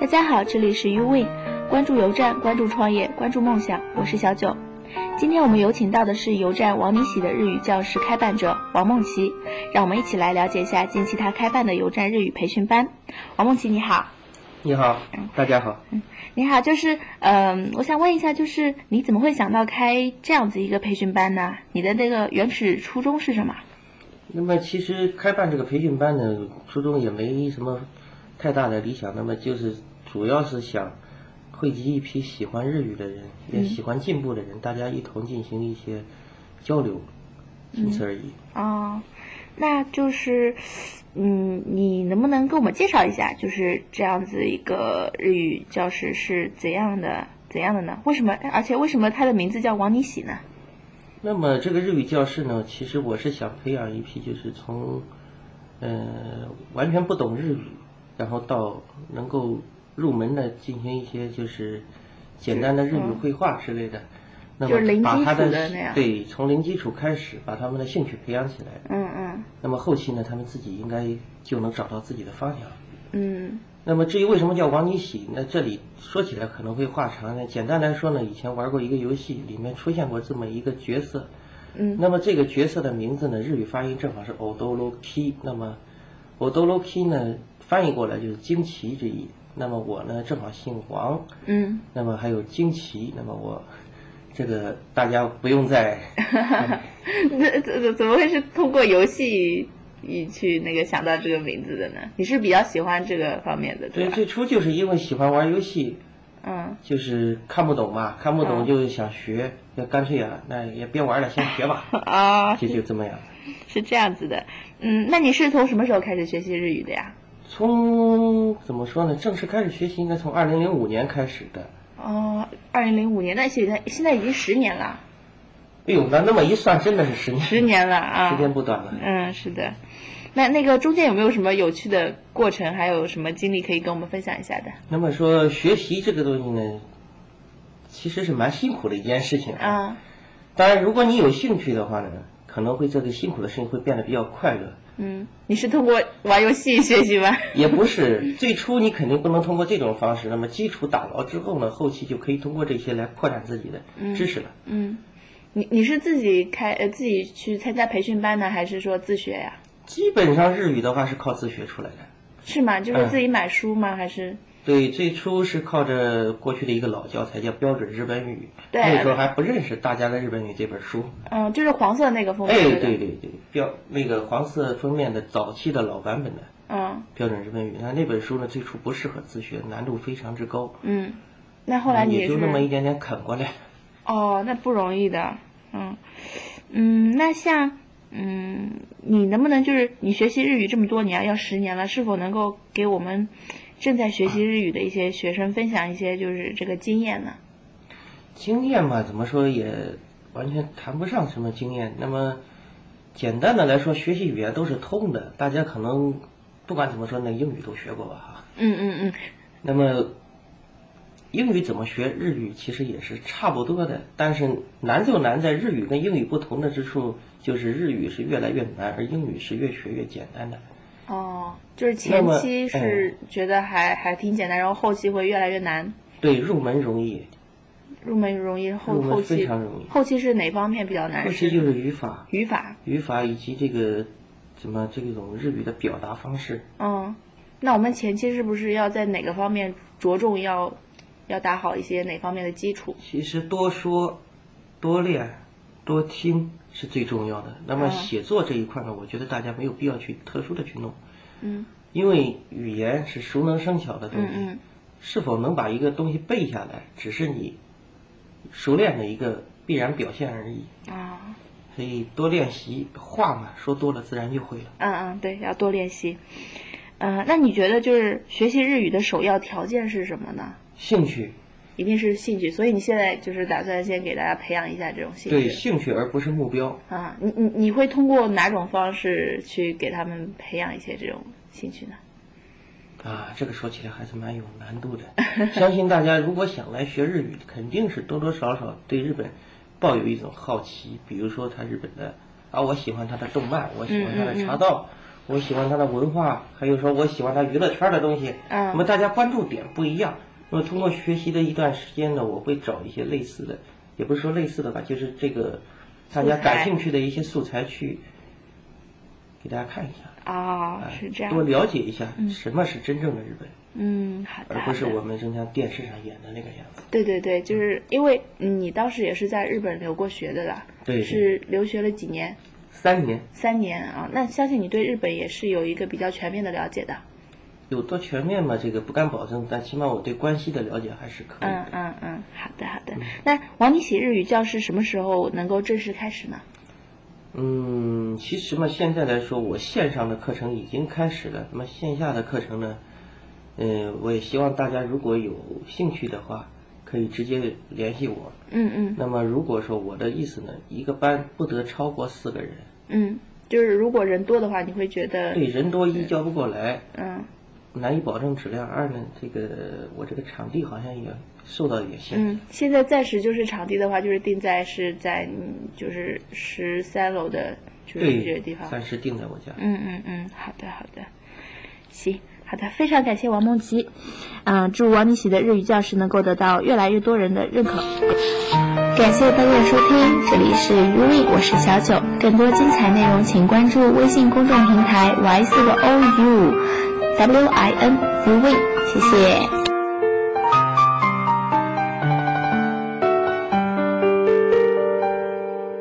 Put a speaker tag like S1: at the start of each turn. S1: 大家好，这里是 U Win，关注油站，关注创业，关注梦想，我是小九。今天我们有请到的是油站王明喜的日语教室开办者王梦琪，让我们一起来了解一下近期他开办的油站日语培训班。王梦琪，你好。
S2: 你好，大家好。
S1: 你好，就是嗯、我想问一下，就是你怎么会想到开这样子一个培训班呢？你的那个原始初衷是什么？
S2: 那么其实开办这个培训班呢，初衷也没什么太大的理想，那么就是主要是想汇集一批喜欢日语的人，也喜欢进步的人，大家一同进行一些交流，仅此而已。
S1: 哦，那就是，嗯，你能不能给我们介绍一下，就是这样子一个日语教室是怎样的，怎样的呢？为什么？而且为什么它的名字叫王尼喜呢？
S2: 那么这个日语教室呢，其实我是想培养一批，就是从，呃，完全不懂日语，然后到能够入门的进行一些就是简单的日语绘画之类的，那
S1: 嗯就是零
S2: 么把
S1: 基
S2: 他
S1: 础
S2: 的
S1: 的那样
S2: 对从零基础开始，把他们的兴趣培养起来，
S1: 嗯嗯
S2: 那么后期呢，他们自己应该就能找到自己的方向。
S1: 嗯
S2: 那么至于为什么叫王尼喜，那这里说起来可能会话长。那简单来说呢，以前玩过一个游戏，里面出现过这么一个角色。
S1: 嗯
S2: 那么这个角色的名字呢，日语发音正好是 odoroki。那么 odoroki 呢，翻译过来就是惊奇之意。那么我呢，正好姓王，
S1: 嗯，
S2: 那么还有惊奇。那么我这个大家不用再 哎
S1: 怎怎怎怎么会是通过游戏以去那个想到这个名字的呢？你是比较喜欢这个方面的，
S2: 对，
S1: 吧？
S2: 最初就是因为喜欢玩游戏，
S1: 嗯
S2: 就是看不懂嘛，看不懂
S1: 嗯，
S2: 就想学，那干脆啊，那也别玩了，先学吧
S1: 啊，
S2: 就就这么样。
S1: 是这样子的。嗯，那你是从什么时候开始学习日语的呀？
S2: 从怎么说呢？正式开始学习应该从二零零五年开始的。
S1: 哦，二零零五年，那现在现在已经十年了，
S2: 哎呦，那那么一算，真的是十年，
S1: 十年了啊，
S2: 时间不短了。
S1: 嗯，是的。那那个中间有没有什么有趣的过程，还有什么经历可以跟我们分享一下的？
S2: 那么说学习这个东西呢，其实是蛮辛苦的一件事情啊。
S1: 啊，
S2: 当然，如果你有兴趣的话呢，可能会这个辛苦的事情会变得比较快乐。
S1: 嗯，你是通过玩游戏学习 吗？
S2: 也不是，最初你肯定不能通过这种方式，那么基础打牢之后呢，后期就可以通过这些来扩展自己的知识了。
S1: 嗯，你你是自己开呃自己去参加培训班呢，还是说自学呀、
S2: 基本上日语的话是靠自学出来的，
S1: 是吗？就是
S2: 嗯
S1: 自己买书吗？还是
S2: 对，最初是靠着过去的一个老教材叫《标准日本语》，
S1: 对
S2: 那时候还不认识《大家的日本语》这本书。
S1: 嗯，就是黄色那个封面？
S2: 哎，
S1: 对
S2: 对
S1: 吧
S2: 对对，标那个黄色封面的早期的老版本的《
S1: 嗯
S2: 标准日本语》，但那本书呢最初不适合自学，难度非常之高。
S1: 嗯，那后来你
S2: 也
S1: 是啊
S2: 就那么一点点啃过来。
S1: 哦，那不容易的，嗯，嗯，那像，嗯，你能不能就是你学习日语这么多年，要十年了，是否能够给我们正在学习日语的一些学生分享一些就是这个经验呢？
S2: 经验嘛，怎么说也完全谈不上什么经验。那么简单的来说，学习语言都是通的，大家可能不管怎么说呢，英语都学过吧哈。
S1: 嗯嗯
S2: 那么英语怎么学，日语其实也是差不多的，但是难就难在日语跟英语不同的之处，就是日语是越来越难，而英语是越学越简单的。
S1: 嗯，哦，就是前期是
S2: 嗯
S1: 觉得还、还挺简单，然后后期会越来越难，
S2: 对，入门容易，
S1: 入门容易，后
S2: 入门
S1: 后
S2: 非
S1: 期
S2: 常容易
S1: 后期是哪方面比较难？
S2: 后期就是语法，
S1: 语法，
S2: 语法以及这个怎么这种日语的表达方式。
S1: 嗯，那我们前期是不是要在哪个方面着重要要打好一些哪方面的基础？
S2: 其实多说、多练、多听是最重要的。那么
S1: 嗯
S2: 写作这一块呢，我觉得大家没有必要去特殊的去弄，
S1: 嗯
S2: 因为语言是熟能生巧的东
S1: 嗯
S2: 西。
S1: 嗯
S2: 是否能把一个东西背下来，只是你熟练的一个必然表现而已。
S1: 啊，
S2: 所以多练习，话嘛说多了自然就会了。
S1: 嗯嗯，对，要多练习。呃，那你觉得就是学习日语的首要条件是什么呢？
S2: 兴趣，
S1: 一定是兴趣，所以你现在就是打算先给大家培养一下这种兴
S2: 对
S1: 趣。
S2: 兴趣而不是目标。
S1: 啊，你你你会通过哪种方式去给他们培养一些这种兴趣呢？
S2: 啊，这个说起来还是蛮有难度的。相信大家如果想来学日语，肯定是多多少少对日本抱
S1: 嗯
S2: 有一种好奇，比如说他日本的啊，我喜欢他的动漫，我喜欢他的茶道，我喜欢它的文化，还有说我喜欢它娱乐圈的东西。
S1: 嗯
S2: 那么大家关注点不一样。那么通过学习的一段时间呢，我会找一些类似的，也不是说类似的吧，就是这个大家
S1: 素材
S2: 感兴趣的一些素材去给大家看一下，
S1: 哦
S2: 啊，，
S1: 是这
S2: 多
S1: 样，
S2: 了解一下什么是真正的日本，
S1: 嗯，好的，
S2: 而不是
S1: 好的
S2: 我们正像电视上演的那个样子。
S1: 对对对，就是因为嗯你当时也是在日本留过学的啦，
S2: 对对
S1: 是留学了几年，
S2: 三年
S1: 三年啊，那相信你对日本也是有一个比较全面的了解的，
S2: 有多全面嘛？这个不敢保证，但起码我对关系的了解还是可以
S1: 嗯
S2: 的。
S1: 嗯嗯，好的好的。那王尼喜日语教室什么时候能够正式开始呢？
S2: 嗯，其实嘛，现在来说，我线上的课程已经开始了。那么线下的课程呢，嗯、我也希望大家如果有兴趣的话，可以直接联系我。
S1: 嗯嗯
S2: 那么如果说我的意思呢，一个班不得超过四个人，
S1: 嗯，就是如果人多的话，你会觉得
S2: 对，人多一教不过来，
S1: 嗯
S2: 难以保证质量。二呢，这个我这个场地好像也受到一点限制。
S1: 嗯，现在暂时就是场地的话，就是定在是在嗯就是十三楼的，就是这个
S2: 对
S1: 地，方。
S2: 暂时定在我家。
S1: 嗯嗯嗯，好的好的，行。好的，非常感谢王梦琪，嗯、祝王尼喜的日语教室能够得到越来越多人的认可。
S3: 感谢大家的收听，这里是 U V，我是小九。更多精彩内容，请关注微信公众平台 Y 四个 O U W I N U V，谢谢。